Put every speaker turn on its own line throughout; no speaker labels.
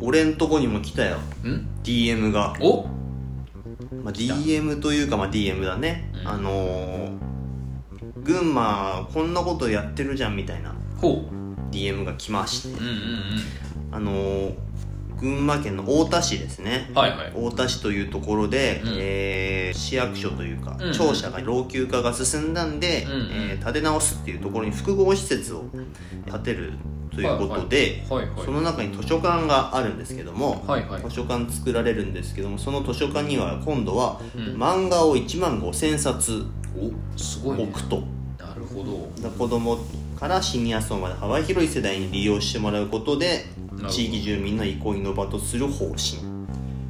俺んとこにも来たよ
ん
DM が、
お
まあ、
来た
DM というか、まあ、DM だね、
うん
あのー群馬こんなことやってるじゃんみたいな
ほ
DM が来まして
ううんうん
あのー群馬県の太田市ですね
うんはいはい
太田市というところで、
うん
えー市役所というか、
うん
庁舎が老朽化が進んだんで、
うん
えー建て直すっていうところに複合施設を建てるということで、
はいはい
その中に図書館があるんですけども、
はいはい
図書館作られるんですけどもその図書館には今度は
うん
漫画を1万5,000冊
おすごい
置
ね
くと、
なるほど
だから子供からシニア層まで幅広い世代に利用してもらうことで
ほど
地域住民の憩いの場とする方針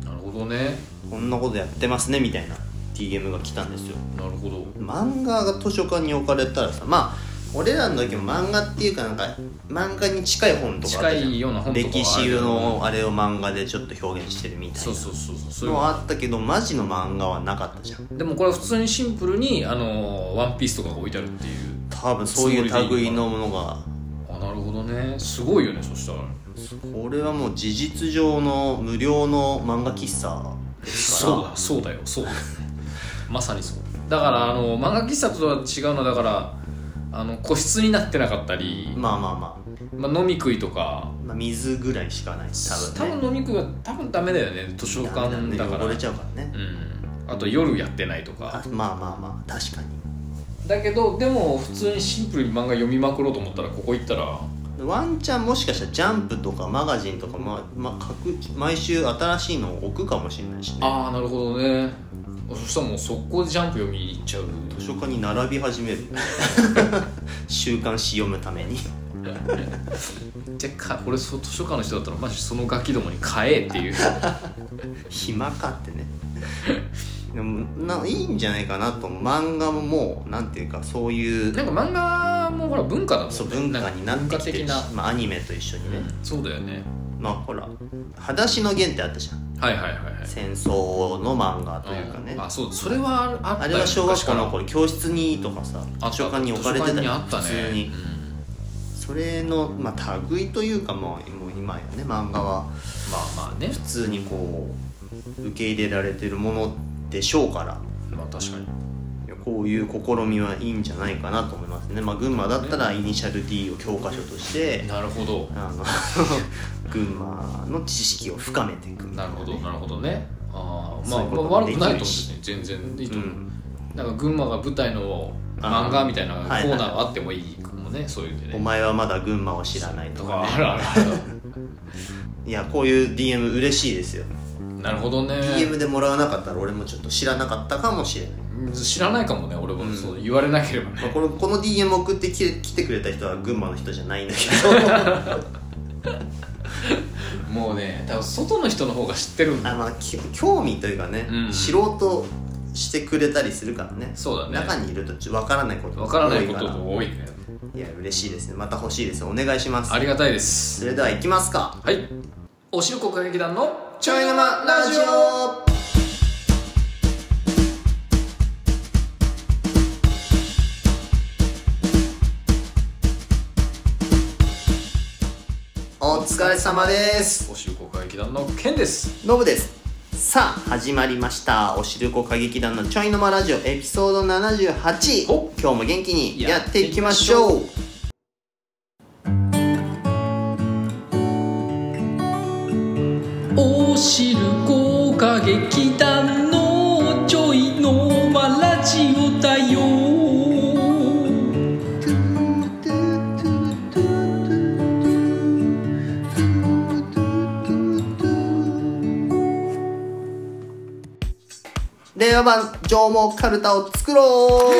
なるほどね
こんなことやってますねみたいな DM が来たんですよ
なるほど
漫画が図書館に置かれたらさまあ俺らの時も漫画っていうかなんか漫画に近い本とかあったじゃん
近いような本とかはある
歴史のあれを漫画でちょっと表現してるみたい
そう
な
そうそうそうそういう
のはあったけどマジの漫画はなかったじゃん
でもこれは普通にシンプルに「あのワンピースとかが置いてあるっていう
多分そういう類のものが
あなるほどねすごいよねそしたら
これはもう事実上の無料の漫画喫茶ですから
そうだそうだよそうだよ まさにそうだからあの漫画喫茶とは違うのはだからあの個室になってなかったり、
まあまあま
まあ、飲み食いとか
あ、まあ、水ぐらいしかない多
多
分ね
分飲み食いは多分ダメだよね図書館だから
汚れちゃうからね、
うんあと夜やってないと
あ
か
まあまあまあ確かに
だけどでも普通にシンプルに漫画読みまくろうと思ったらここ行ったら
ワンチャンもしかしたらジャンプとかマガジンとか、ままあ、各毎週新しいのを置くかもしれないしね
ああなるほどねそしたらもう速攻でジャンプ読みに行っち ゃう
図書館に並び始める 週刊誌読むために
じゃあか俺そう図書館の人だったらマジそのガキどもに買 えっていう
暇かってねでもないいんじゃないかなと漫画ももうなんていうかそういう
なんか漫画もほら文化だもんね
そう文化になってきてるし、
文化的
まあ、アニメと一緒に
な、
ね、
うんそうだよね
まあほら「裸足の弦」ってあったじゃん
はいはいはいはい
戦争の漫画というかね、
んあそうそれはあった
あれは小学校の頃教室にとかさ
あった
図書館に置かれてた
図書館
り
にあったね
普通に
うん
それの、まあ、類というか、まあ、もう今やね漫画は
まあまあね
普通にこう受け入れられてるものでしょうから
まあ確かに
いやこういう試みはいいんじゃないかなと思いますね、まあ、群馬だったらイニシャル D を教科書として
なるほど
あの 群馬の知識を深めていくみた
ないる
ね
ほどなるほどねあーま
そう
あ
いうこと
まあ
も
悪
で
く
き
ない
る
と思うんで
し
すね全然いいと
う
思う、
ん
なんか群馬が舞台の漫画みたいなコーナーがあってもいいかもねそういう
お
ね
前はまだ群馬を知らないと
と
か
か
ね
あるある
いやこういう DM 嬉しいですよ、
なるほどね
DM でもらわなかったら俺もちょっと知らなかったかもしれない、
知らないかもね俺も
ん
そう言われなければね、
まあ、このこの DM 送ってきて来てくれた人は群馬の人じゃないんだけ ど
もうね多分外の人の方が知ってるんだ
あ、まあ、き興味というかね、
うん
知ろうとしてくれたりするからね
そうだね
中にいるとちょっとわからないことが
わ
多
からないこ
か
と
ら
も多いね
いや嬉しいですねまた欲しいですお願いします
ありがたいです
それでは行きますか
はいおしるこ歌劇団の
ちょい沼ラジオお疲れ様です
おしるこ歌劇団のケンです
ノブですさあ始まりましたおしるこ歌劇団のちょい沼ラジオエピソード78
お
今日も元気にやっていきましょう
おしるこ歌劇団のちょいのまラジオだよ
令和版縄文カルタを作ろう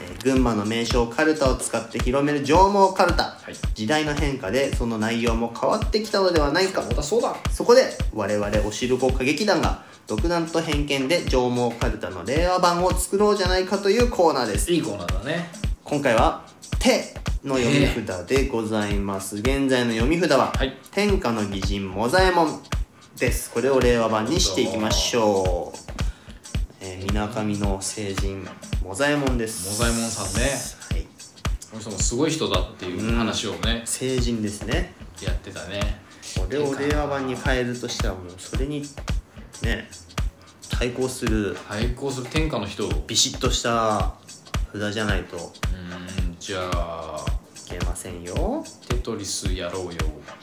えー群馬の名称カルタを使って広める縄文カルタ、
はい
時代の変化でその内容も変わってきたのではないか
そうだそうだ
そこで我々おしるこ歌劇団が独断と偏見で縄文カルタの令和版を作ろうじゃないかというコーナーです
いいコーナーだね
今回は「て」の読み札でございます現在の読み札は「
はい
天下の偉人モザエモン」ですこれを令和版にしていきましょうえーみなかみの聖人モザエモンです
モザエモンさんね
はい
この人もすごい人だっていう話をね、
成人ですね
やってたね
これを令和版に変えるとしたらもうそれにね対抗する
対抗する天下の人をう
ビシッとした札じゃないとい
ーんじゃあ
けませんよ
テトリスやろうよ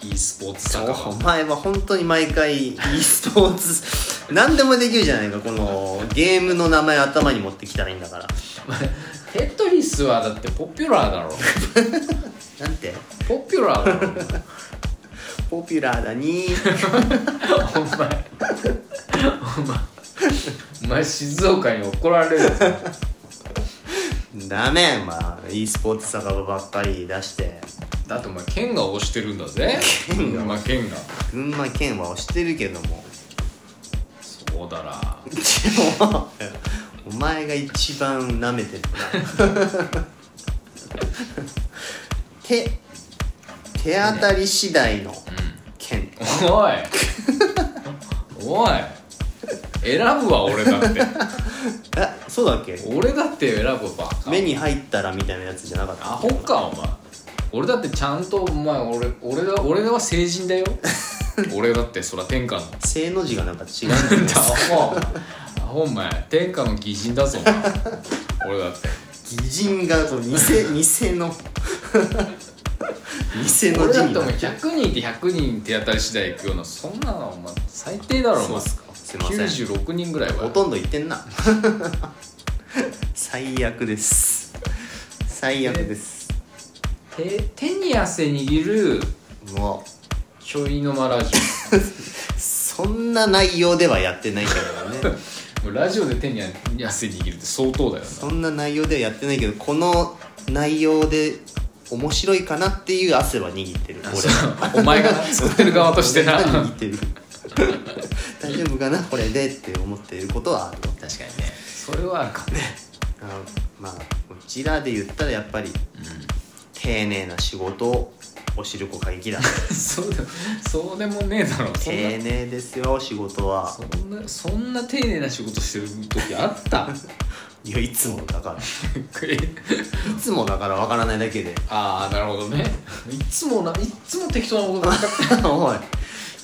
e スポーツ
そ
だ
う
か
お前は本当に毎回 e スポーツ何でもできるじゃないかこのゲームの名前頭に持ってきたらいいんだから
テトリスはだってポピュラーだろ
なんて
ポピュラーだろ
ポピュラーだ に
お前お前お前静岡に怒られるぞ
ダメまあ e スポーツ酒場ばっかり出して
だってお前剣が押してるんだぜ
剣が
お前剣が
群馬県は押してるけども
そうだ ら
でもお前が一番舐めてる な手手当たり次第の剣
おいおい選ぶわ俺だって
えそうだっけ
俺だって選ぶバカ
目に入ったらみたいなやつじゃなかっ
ア
た
ホかお前俺だってちゃんとお前俺俺だ俺は成 人だよ俺だってそら天下の
正の字がなんか違う
なん
だよ
んだアホアホお前天下の擬人だぞお前俺だって
擬人がこう偽 偽の偽の
俺
字
だっ
に
てお
な
前
っちゃう
100人いて100人手当たり次第行くようなそんなのお前最低だろ
そ
お
う
前
っすかすいません
96人ぐらい
ほ
は
とんど言ってんな 最悪です最悪です
手手に汗握る
もう
ちょいの間ラジ
そんな内容ではやってないんだから ね
オもうラジオで手に汗握るって相当だよ
そんな内容ではやってないけどこの内容で面白いかなっていう汗は握ってる
な
俺
お前が作ってる側としてな
俺
確
は
か
握
に
ってる 大丈夫かなこれでって思っていることはある
ねそれはあるかもね
あのまあこちらで言ったらやっぱり丁寧な仕事をおしるこ会議だ
そうでもそうでもねえだろそん
丁寧ですよ仕事
な
は
そんなそんな丁寧な仕事してる時あった
いやいつもだからい
え
つもだからわからないだけで
ああなるほどねいつもないつも適当なことばっか
おい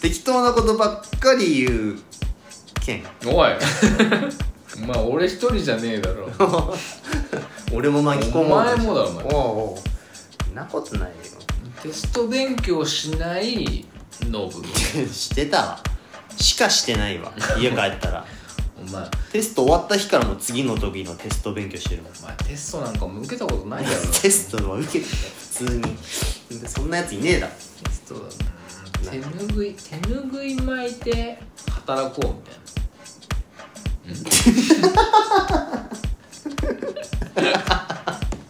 適当なことばっかり言うけん
り おいまあ俺一人じゃねえだろ
俺も巻き込もうと
お前もだお前
おうおうそんなことないよ
テスト勉強しないノブ
してたわしかしてないわ家帰った ら
お前
テスト終わった日からもう次の時のテスト勉強してるもん
お前テストなんかも受けたことないだろ
テストは受けてたよ普通にそんなやついねえだろ
テストだな手ぬぐい手ぬぐい巻いて働こうみたいな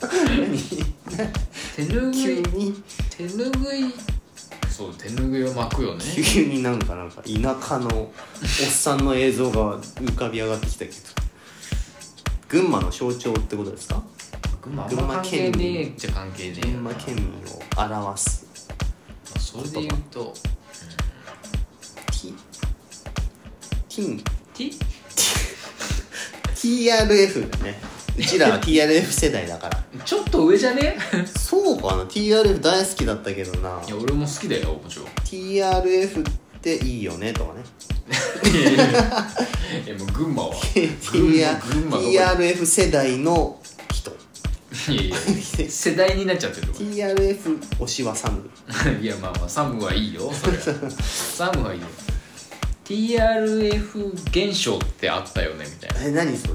何
手ぬ ぐ
急
い
に
手ぬぐいそう手ぬぐいを巻くよね
急になんかなんか田舎のおっさんの映像が浮かび上がってきたけど群馬の象徴ってことですか
群馬
群馬
関
県
係ねえっちゃ関係ねえよ
群馬県民を表す
まあそれで言うと
ティティン
ティ
TRF だねうちらは TRF 世代だから
ちょっと上じゃね
そうかな TRF 大好きだったけどない
や俺も好きだよもちろん
TRF っていいよねとかね
いやいやいやいやもう群 馬は群馬群馬
TRF 世代の人
いやいや世代になっちゃってる
TRF 推しはサム
俺 いやまあまあサムはいいよそれはサムはいいよ TRF 現象ってあったよねみたいな
え何それ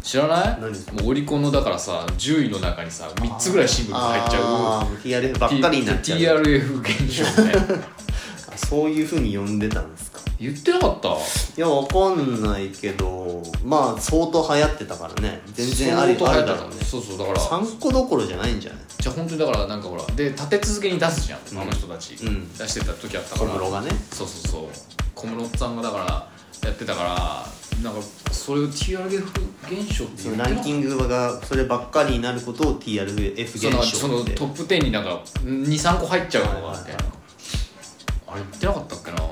知らない
何
もうオリコンのだからさ10位の中にさ3つぐらいシングルが入っちゃう
あー TRF ばっかりになっちゃう、
TRF 現象ね
あそういうふうに呼んでたんですか
言ってなかった
いやわかんないけどまあ相当流行ってたからね全然あり
相当
あ
流行
る
っ
だ
た
ろ
か
う
ら
ね
ねそうそうだから
3個どころじゃないんじゃない
じゃあ本当にだからなんかほらで立て続けに出すじゃん、
うん
あの人たち、
うん
出してた時あったか
小
ら
室がね
そうそうそう小室さんがだからやってたからなんかそれを TRF 現象って
そ
言
の
う
ランキングがそればっかりになることを TRF 現
そのそ
象
の
って
トップ10になんか23個入っちゃうのが
はいはい
みた
はいい
なあれ言ってなかったっけな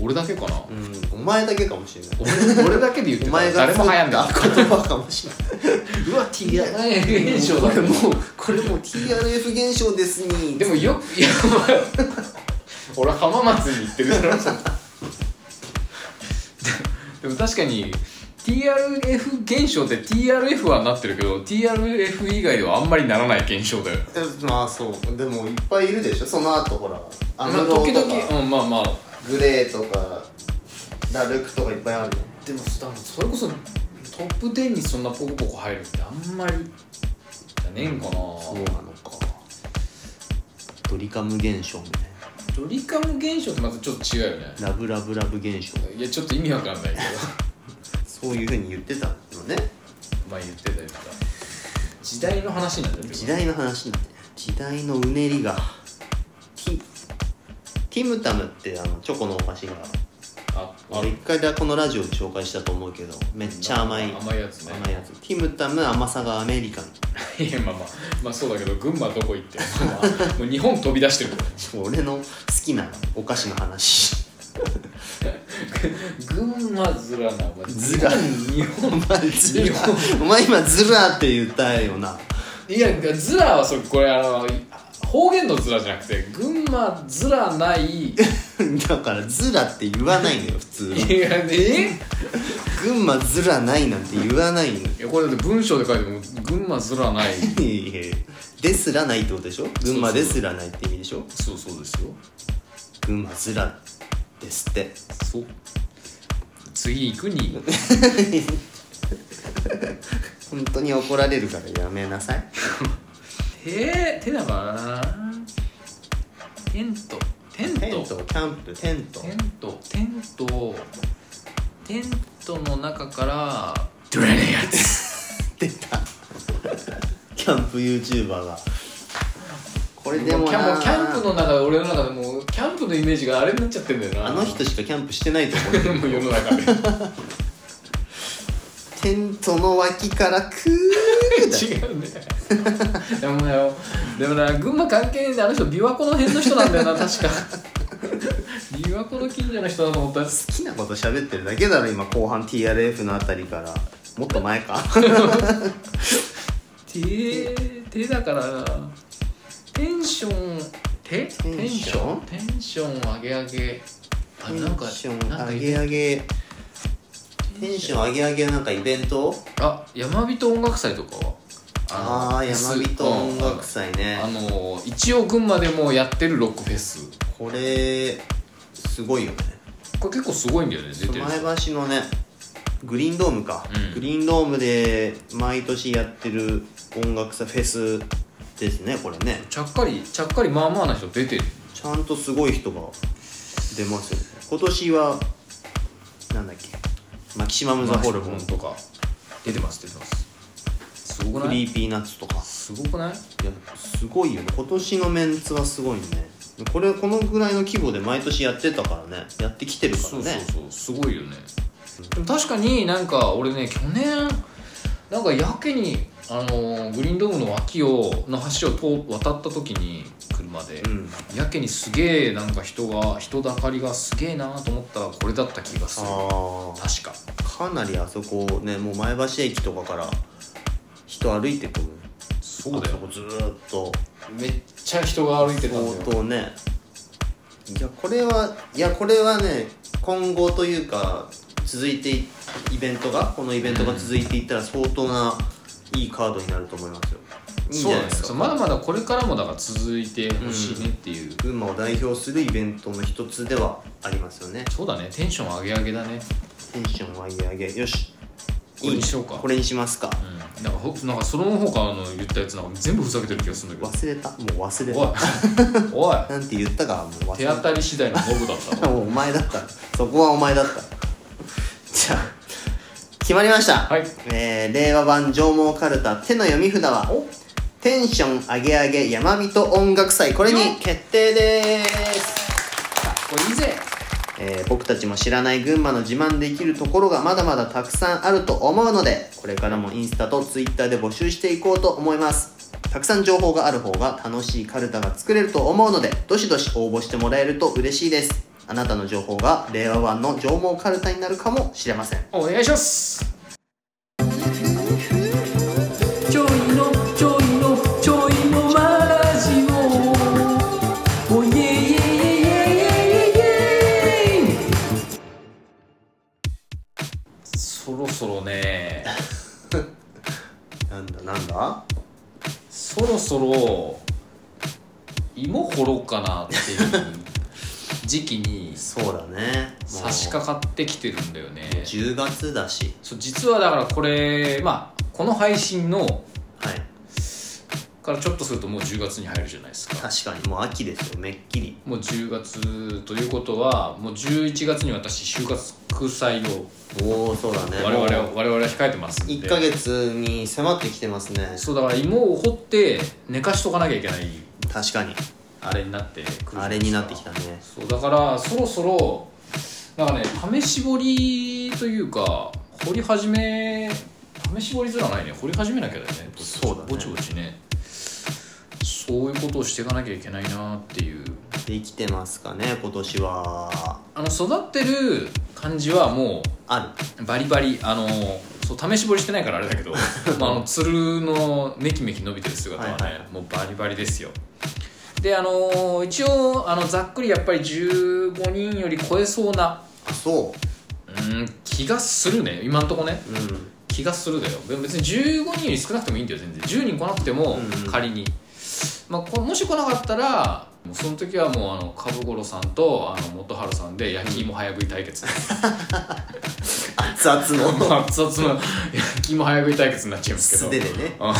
俺だ けかな
うんお前だけかもしれない
俺俺だけで言って
お
た
前が
誰も流行んない
作った言葉かもしれないうわ TRF
現象だ
こ れ
ね
もうこれもう TRF 現象ですに
でもよくいやお前俺浜松に行ってるからで でも確かに TRF 現象って TRF はなってるけど TRF 以外ではあんまりならない現象だよ
えまあそうでもいっぱいいるでしょその後ほらアム
まあ
ロと
時
か、
々、うん、まあまあ
グレーとかラルクとかいっぱいあるよ
でもだからそれこそトップ10にそんなポコポコ入るってあんまりじゃねえんかな
なのかドリカム現象みたい
ドリカム現象ってまたちょっと違うよね
なラブラブラブ現象
いやちょっと意味わかんないけ ど
そういうふうに言ってたのね
まあ言ってた言ってた時代の話になってるけど
時代の話なんだよ時代のうねりがティティムタムってあのチョコのお菓子が
ああ
俺一回だけこのラジオで紹介したと思うけどめっちゃ甘い
甘いやつね
甘いやつティムタム甘さがアメリカン
いやまあまあまあそうだけど群馬どこ行ってもまあまあもう日本飛び出してるから
俺の好きなお菓子の話
群馬ずらな、まあ、
ずら
日本
お前ズラ お前今ズラって言ったよな
日本いやずらはそれこれあの方言のずらじゃなくて群馬ずらない
だからズラって言わないのよ普通はい
やえ
群馬ズラないなんて言わないのよ
いやこれだって文章で書いても群馬ずらない
いやいやですらないってことでしょ群馬ですらないって意味でしょ
そうそうですよ
群馬ズラですって
そう次行く に
本当に怒られるからやめなさい
手手だからなテントテント
テントキャンプテント
テントテントテントの中からドラネやつ
出た キャンプ YouTuber がこれでもな
キャンキャンプの中で俺の中でもうキャンプのイメージがあれになっちゃってんだよな
あの人しかキャンプしてないと思う
もう世の中で
テントの脇からクーだよ
違うねでもねでもな群馬関係ねえんだあの人琵琶湖の辺の人なんだよな確か琵琶湖の近所の人だと思ったら
好きなこと喋ってるだけだろ今後半 TRF のあたりからもっと前か
手手だからなテンション手
テンション
テンション上げ上げあ
テ
なんか
ンショ
な
ン
んか
上げ上げテンション上げ上げなんかイベント
あ山人音楽祭とかは
ああ
の
山人音楽祭
うん
ね
あの一応群馬でもやってるロックフェス
これすごいよね
これ結構すごいんだよね出てる人
前橋のねグリーンドームか、
うん
グリーンドームで毎年やってる音楽祭フェスですねこれね
ちゃっかりちゃっかりまあまあな人出てる
ちゃんとすごい人が出ますよね今年はなんだっけマキシマム・ザ・ホルモン
とか出てます出てますすごく
ク
ない
リーピーナッツとか
すごくない
いやすごいよね今年のメンツはすごいねこれこのぐらいの規模で毎年やってたからねやってきてるから
そう
ね
そうそうすごいよねでも確かになんか俺ね去年なんかやけにあのーグリーンドームの脇をの橋を通渡った時に車で、
うん
やけにすげえなんか人が人だかりがすげえなと思ったらこれだった気がする
あ
確か
あかなりあそこねもう前橋駅とかから人歩いてくる
そうだ
あそ
よ
こずーっと
めっちゃ人が歩いてたんだ
相
よ
当ねいやこれはいやこれはね今後というか続いていイベントがこのイベントが続いていったら相当ないいカードになると思いますよいいんじ
そ
ゃ
う
な
ない
で
んです
す
よ
か
まだまだこれからもだから続いてほしいねっていう、
群馬を代表するイベントの一つではありますよね
そうだねテンション上げ上げだね
テンションを上げ上げよし
これにしようか
これにしますか
うんなんかほなんかその他の言ったやつなんか全部ふざけてる気がするんだけど
忘れたもう忘れ
おい
た
おい
なんて言ったかもう忘
手
れ
当
た
たり次第のノブ だったわ
お前だったそこはお前だったじゃあ決まりました
はい
えー令和版上毛かるた手の読み札は
お
テンション上げ上げ山人音楽祭これに
よっ
決定です、
これいいぜ
えー僕たちも知らない群馬の自慢できるところがまだまだたくさんあると思うのでこれからもインスタとツイッターで募集していこうと思いますたくさん情報がある方が楽しいカルタが作れると思うのでどしどし応募してもらえると嬉しいですあなたの情報が令和版の上毛カルタになるかもしれません
お願いします
ちょいのちょいのちょいのマラジオおいえいえいえいえいえいえい
そろそろね
なんだなんだ
そろそろ芋掘ろうかなっていう時期に
そうだね
差し
も
掛かってきてるんだよね
う10月だし
そう実はだからこれまあこの配信の
はい
からちょっとするともう10月に入るじゃないですか
確かにもう秋ですよめっきり
もう10月ということはもう11月に私就活祭を
おおそうだね
我々は
もう
我々は控えてますんで
1ヶ月に迫ってきてますね
そうだから芋を掘って寝かしとかなきゃいけない
確かに
あれになってくる
あれになってきたね
そうだからそろそろなんかね試し掘りというか掘り始め試し掘りすらないね掘り始めなきゃだよね
そうだね
ぼちぼちねそういうことをしていかなきゃいけないなっていう
できてますかね今年は
あの育ってる感じはも
ある
うバリバリあのそう試し掘りしてないからあ れだけどまああのつるのメキメキ伸びてる姿はね、
はいはいは
もうバリバリですよであの一応あのざっくりやっぱり15人より超えそうな
あそう
ーん気がするね今んとこね
ううん
気がするだよでも別に15人より少なくてもいいんだよ全然10人来なくても
うんうん
仮に、まあこ、もし来なかったらもうその時はもうあの株五郎さんとあの元春さんで焼き芋早食い対決、
熱々の
まあ熱々の焼き芋早食い対決になっちゃいますけど
素手でね
あ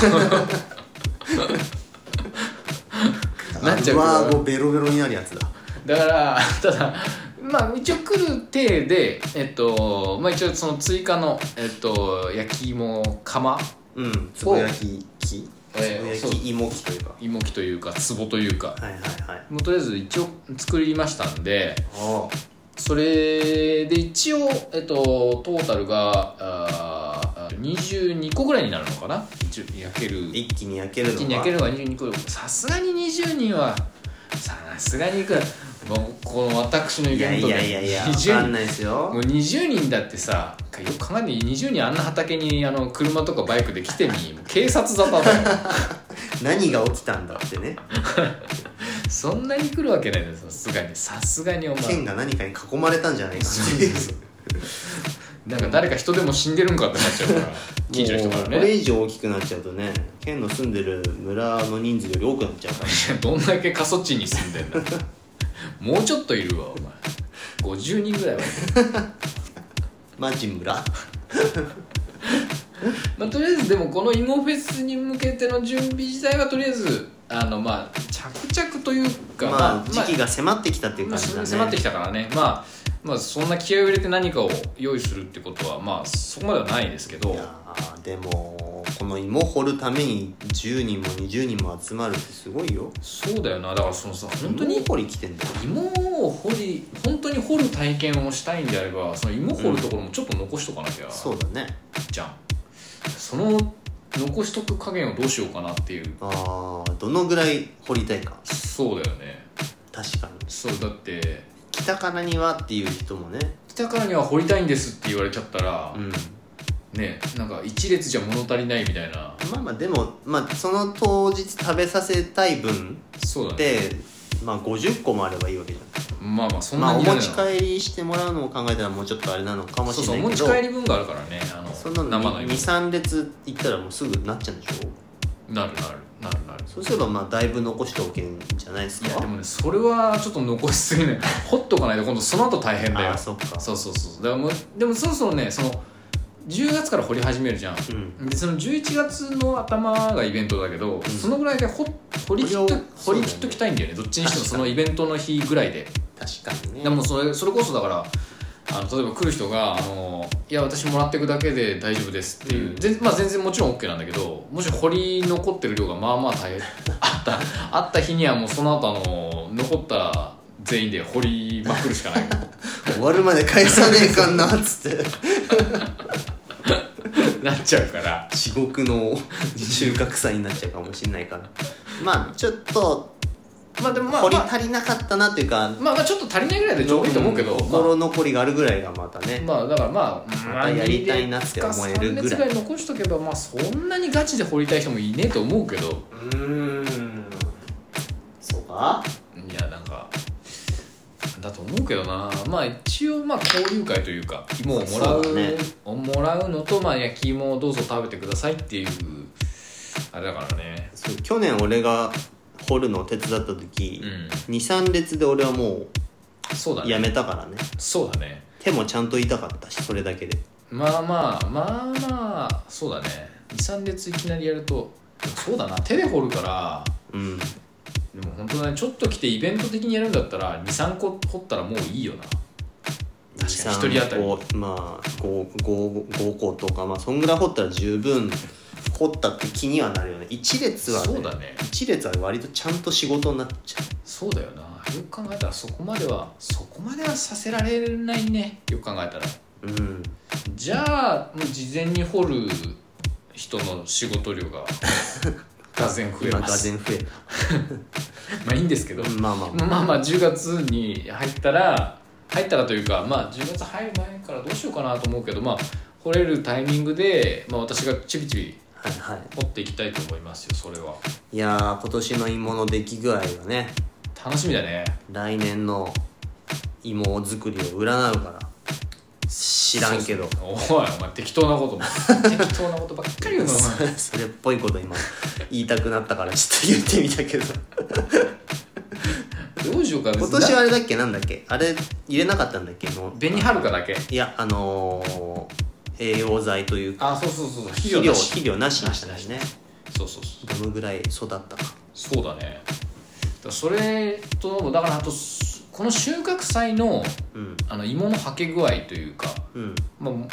なっちゃうけど
わもうベロベロになるやつだ
だからただまあ一応来る体でえっとまあ一応その追加のえっと焼き芋釜
うんつぼ焼き木つぼ
えー
焼き芋木というか
芋木というか壺というか
はいはいはい
もうとりあえず一応作りましたんで
お
それで一応、えっと、トータルがあー22個ぐらいになるのかな一応焼ける一
一気に焼けるのは
気に焼けるのが22個さすがに20人はさすがにいくらもうこの私のイ
いや
ベン
い
トで
やいやいや
20
分
人
かんないです
も
よ
う20人だってさよく考えて20人あんな畑にあの車とかバイクで来てみもう警察沙汰 だよ
何が起きたんだってね
そんなに来るわけないですさすがにさすがにお前
県が何かに囲まれたんじゃないかっていう
なんか誰か人でも死んでるんかってなっちゃうから 近所の人か
もう
ら
これ
ね
以上大きくなっちゃうとね県の住んでる村の人数より多くなっちゃうから
どんだけ過疎地に住んでんだ もうちょっといるわお前50人ぐらいは、
マジ村
まあ、とりあえずでもこの芋フェスに向けての準備自体はとりあえずあのまあ着々というか
まあ時期が迫ってきたっていう
まあ
感じだね
迫ってきたからねまあまあそんな気合を入れて何かを用意するってことはまあそこまではないですけど
いやーでもこの芋掘るために10人も20人も集まるってすごいよ
そうだよなだからそのさ本当に
芋掘り来てんだよ
芋を掘り本当に掘る体験をしたいんであればその芋掘るところもちょっと残しとかなきゃ、
そうだね
じゃんその残しとく加減をどうしようかなっていう
あーどのぐらい掘りたいか
そうだよね
確かに
そうだって
北から庭っていう人もね
北からには掘りたいんですって言われちゃったら
う、ん
ねなんか一列じゃ物足りないみたいな
まあまあでも、まあ、その当日食べさせたい分
そうだ
っ
ね
て、まあ、50個もあればいいわけじゃ
まあまあそ
ん、
ん
まあ、
な
お
にいら
持
ない
ち帰りしてもらうのを考えたらもうちょっとあれなのかもし
そう
れ
そうお
ないけど
持ち帰り分があるからねあの
そんなの
生の芋
23列行ったらもうすぐなっちゃうんでしょ
なるなるなるなる
そうすればまあだいぶ残しておけんじゃないです
い
か
やでもねそれはちょっと残しすぎない掘っとかないと今度その後大変だ
あ
よ
あそっか
そうそうそうだからもうでもそろそろねその10月から掘り始めるじゃん
うん
でその11月の頭がイベントだけど、そのぐらいで掘掘り切っ
これ
と
を
掘り切っときたいんだよねどっちにしても
確
そ
かに
のイベントの日ぐらいで、
確かにね
でもそれそれこそだからあの例えば来る人が「あのいや私もらっていくだけで大丈夫です」っていう、
うん
全まあ、全然もちろん OK なんだけどもし掘り残ってる量がまあまあ大変あったあった日にはもうその後あの残った全員で掘りまくるしかない
終わるまで返さねえかんなっつって
なっちゃうから
地獄の収穫祭になっちゃうかもしれないからまあちょっと
まあでもまあ
掘り
まあ
足りなかったなっていうか
まあまあちょっと足りないぐらいでちょうどいいと思うけど、
ん
まあ
心残りがあるぐらいがまたね、
まあだからまあ、
またやりたいなって思えるぐらい
2月か3月ぐらい残しとけばまあそんなにガチで掘りたい人もいねえと思うけど
うーんそうか
いやなんかだと思うけどなまあ一応まあ交流会というか芋をもら
そううだね
もらうのとまあ焼き芋をどうぞ食べてくださいっていうあれだからね
そう去年俺が掘るのを手伝った時、
う
23列で俺はも
んそうだ
うや
ね
めたからね
そうだね
手もちゃんと痛かったしそれだけで
まあまあまあまあそうだね23列いきなりやるとそうだな手で掘るから
うん
でも本当だねちょっと来てイベント的にやるんだったら23個掘ったらもういいよな確かに
23
一人当たり
こうまあ 5, 5, 5個とかまあそんぐらい掘ったら十分掘ったって気にはなるよね1列は、ね、
そうだね
1列は割とちゃんと仕事になっちゃう
そうだよなよく考えたらそこまではそこまではさせられないねよく考えたら
うん
じゃあもう事前に掘る人の仕事量ががぜん増え
今
ま
が
す
然増えた
まあいいんですけど、
まあまあまあ
まあまあ10月に入ったら入ったらというかまあ10月入る前からどうしようかなと思うけどまあ掘れるタイミングで、まあ、私がちびちび
はいはい
掘っていきたいと思いますよそれはい
やー今年の芋の出来具合がね
楽しみだね
来年の芋作りを占うから知らんけど
おいお前適当なこ と適当なことばっかり言うのお前
そそれっぽいこと今言いたくなったからちょっと言ってみたけ ど
どうしようか
今年はあれだっけなんだっけあれ入れなかったんだっけの
紅はるかだけ
いやあのー、栄養剤というか
あそうそうそう
肥
肥料
料
だし
肥料なしにしたらね
そうそうそう
どのぐらい育ったか
そうだねだからそれとだからあとすこの収穫祭の
うん
あの芋のはけ具合というか、
うん
まあま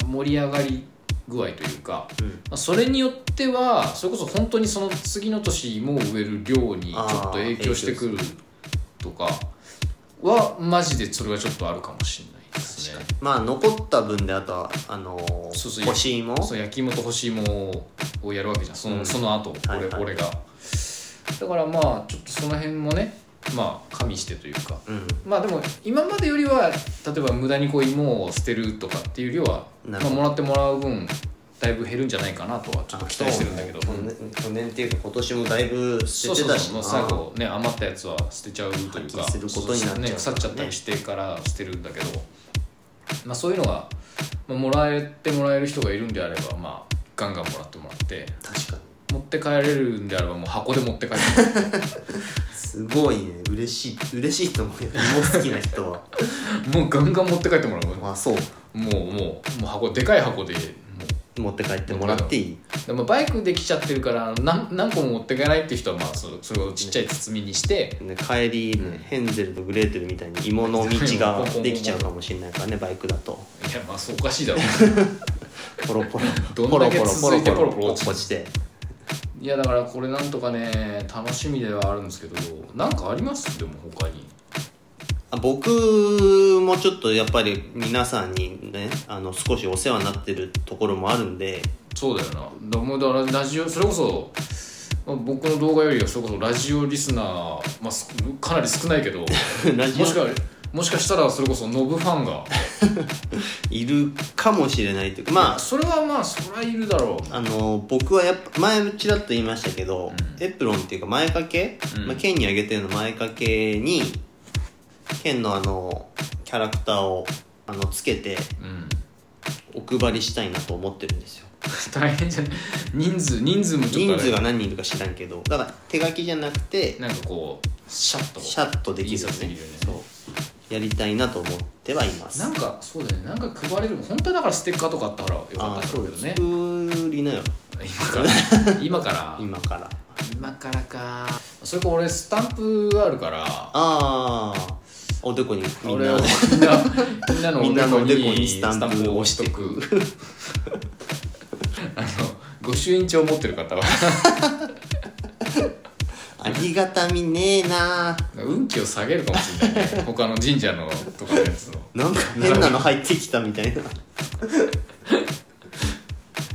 あ、盛り上がり具合というか、
うん
まあ、それによってはそれこそ本当にその次の年芋を植える量にちょっと影響してくるとかはマジでそれはちょっとあるかもしれないですね
まあ残った分であとはあのー、
そうそう
干し芋
そう焼き芋と干し芋をやるわけじゃんその,、
うん
その後俺,、
はいはい
俺がだからまあちょっとその辺もねまあ加味してというか
うん
まあでも今までよりは例えば無駄にこう芋を捨てるとかっていう量は、
な
ま
るほ
あ、
ど
もらってもらう分だいぶ減るんじゃないかなとはちょっと期待してるんだけど
あそう去年去年っていうか今年もだいぶ
そ
捨
う
て
そ
て
う
たし
そうもう最後ね余ったやつは捨てちゃうというか
破棄することになっちゃうからね
ね、腐っちゃったりしてから捨てるんだけど、まあ、そういうのが、まあ、もらえてもらえる人がいるんであればまあガンガンもらってもらって
確かに
持って帰れるんであればもう箱で持って帰る
すごいね嬉しい嬉しいと思うよ芋好きな人 は
もうガンガン持って帰ってもらうも
あそう
うもうもう箱でかい箱でも
持って帰ってもらっていいう
でもバイクで来ちゃってるから何何個も持って帰らないっていう人はまあそそれをちっちゃい包みにして
ね、帰り、ね、ヘンゼルとグレーテルみたいに芋の道 ができちゃうかもしれないからねバイクだと
いやまあそうおかしいだろう
ポロポロ
ど
ポ
ん
ロ
だけ
ポロポ
続
ロ
いて
ポロ
ポロポロ落ち
落ちて
いやだからこれなんとかね楽しみではあるんですけどなんかありますでも他に
あ僕もちょっとやっぱり皆さんにねあの少しお世話になってるところもあるんで
そうだよなだもうだからラジオそれこそまあ僕の動画よりはそれこそラジオリスナー、まあす、かなり少ないけど
ラジ
もしか
オ
もしかしたらそれこそノブファンが
いるかもしれないというかまあ
それはまあそりゃいるだろう
あの僕はやっぱ前ちらっと言いましたけど、エプロンっていうか前掛け、
うん
まあ、剣にあげてるの前掛けに剣のあのキャラクターをあのつけて
うん
お配りしたいなと思ってるんですよ
大変じゃない人数人数もちょっと
人
あれ
数が何人いるか知らんけどだから手書きじゃなくて
なんかこうシャッと
シャッとできるよ
印刷で
ね
きるよね
そうやりたいなと思ってはいます
なんかそうだよねなんか配れる本当はだからステッカーとかあったからよか
あ
っ
あ
たん
そう
だ
で
け
す
どね
作りなよ
今から今から
今から
今からかそれか俺スタンプがあるから
ああおでこにみん
俺
な
をみんなみんなの
みんな の
おでこ
おでこ
に
に
ス
ス
タ
タ
ン
ン
プ
プ
を
を
押
押
しとく あの御朱印帳持ってる方は
ありがたみねえな
運気を下げるかもしれないね他の神社のとかのやつの
なんか 変なの入ってきたみたいな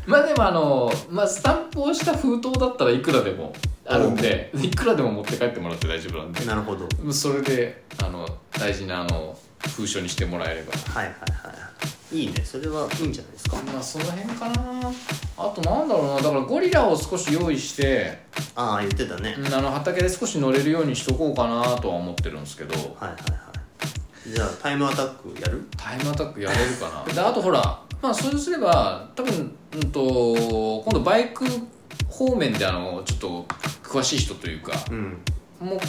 まあでもあの、まあ、スタンプをした封筒だったらいくらでもあるんでいくらでも持って帰ってもらって大丈夫なんで
なるほど
それであの大事なあの封書にしてもらえれば
はいはいはいいいねそれはいいんじゃないですか
まあその辺かなあとなんだろうなだからゴリラを少し用意して
ああ言ってたね、
うんあの畑で少し乗れるようにしとこうかなとは思ってるんですけど
はいはいはいじゃあタイムアタックやる
タイムアタックやれるかなであとほらまあそうすれば多分うんと今度バイク方面であのちょっと詳しい人というか
うん
もう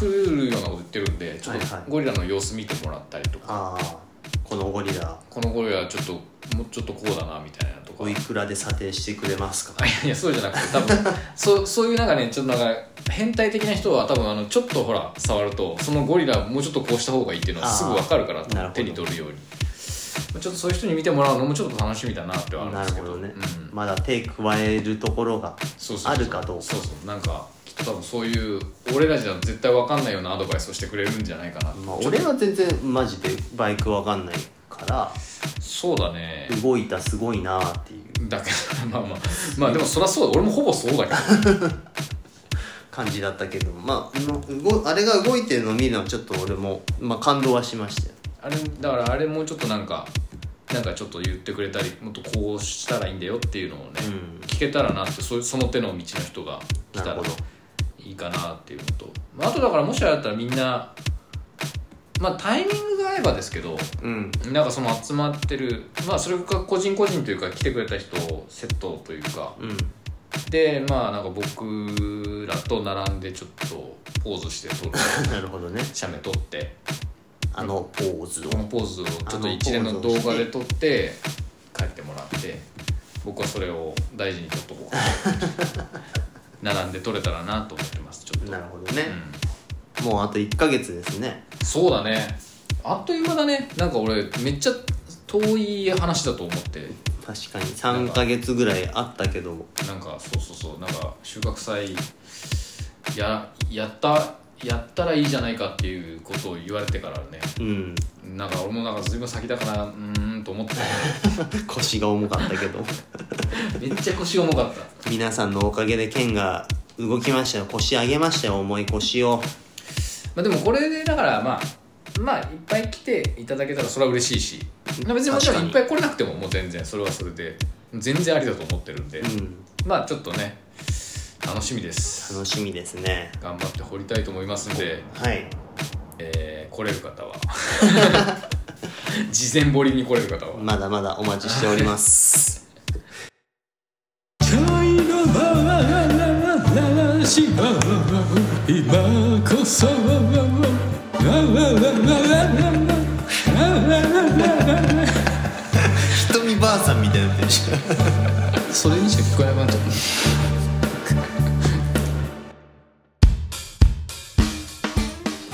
来るようなこと言ってるんでちょっ
はい
と
はい
ゴリラの様子見てもらったりとか、
ああこのゴリラ
このゴリラちょっともうちょっとこうだなみたいなとか
おいくらで査定してくれますか
あい やいやそうじゃなくて多分そうそういうなんかねちょっとなんか変態的な人は多分あのちょっとほら触るとそのゴリラもうちょっとこうした方がいいっていうのは
あー
すぐ分かるから
なるほど
手に取るようにまあちょっとそういう人に見てもらうのもちょっと楽しみだなってはあるん
な
で
る
すけ
ほ
ど
どね、
うん
まだ手加えるところが
そうそうそう
あるかどうか
そうそうなんかきっと多分そういう俺らじゃ絶対分かんないようなアドバイスをしてくれるんじゃないかな、
まあ、俺は全然マジでバイクわかんないから
そうだね
動いたすごいなっていう
だからまあまあまあでもそりゃそうだ俺もほぼそうだけど
感じだったけどまあの動あれが動いてるのを見るのはちょっと俺も、まあ、感動はしましたよ
あれだからあれもうちょっとなんかなんかちょっと言ってくれたりもっとこうしたらいいんだよっていうのをね、
うん
聞けたらなってそういうその手の道の人が来
な
たら
るほど
いいかなっていうのと、まあ、あとだからもしあれだったらみんなまあタイミングが合えばですけど
うん
なんかその集まってるまあそれが個人個人というか来てくれた人をセットというか
うん
でまあなんか僕らと並んでちょっとポーズして撮る
なるほどね
写メ撮って
あのポーズを
このポーズをちょっと一連の動画で撮って帰ってもらって僕はそれを大事に撮っとこうかな並んで撮れたらなと思ってますちょっと、
なるほどね
う、
もうあと1ヶ月ですね
んそうだねあっという間だねなんか俺めっちゃ遠い話だと思って
確かに3ヶ月ぐらいあったけど
なんかそうそうそうなんか収穫祭ややったやったらいいじゃないかっていうことを言われてからね
うん
なんか俺もなんか随分先だからうーんと思って
腰が重かったけど
めっちゃ腰重かった
皆さんのおかげで剣が動きましたよ腰上げましたよ重い腰を
まあ、でもこれでだからまあまあいっぱい来ていただけたらそれは嬉しいし別にもちろんいっぱい来れなくてももう全然それはそれで全然ありだと思ってるんで、
うん
まあちょっとね楽しみです
楽しみですね
頑張って掘りたいと思いますんで、
はい
えー来れる方は 事前掘りに来れる方は
まだまだお待ちしております
茶色は流しは今こそ
瞳ばあさんみたいになってる
それにしか聞こえなくなっちゃっ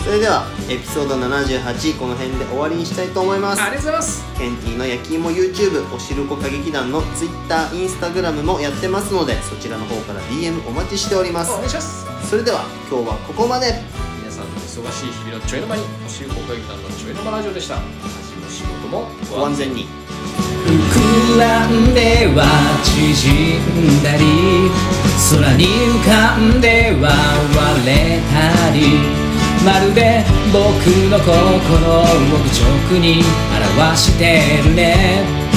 それではエピソード78この辺で終わりにしたいと思います
たありがとうございます
ケンティーの焼き芋 YouTube おしるこ歌劇団の Twitter、Instagram もやってますのでそちらの方から DM お待ちしております
お願いします
それでは今日はここまで
皆さんの忙しい日々のちょいの間におしるこ歌劇団のちょいの間ラジオでした家事も仕事も
ご安全に
膨らんでは縮んだり空に浮かんでは割れたりまるで僕の心を愚直に表してるね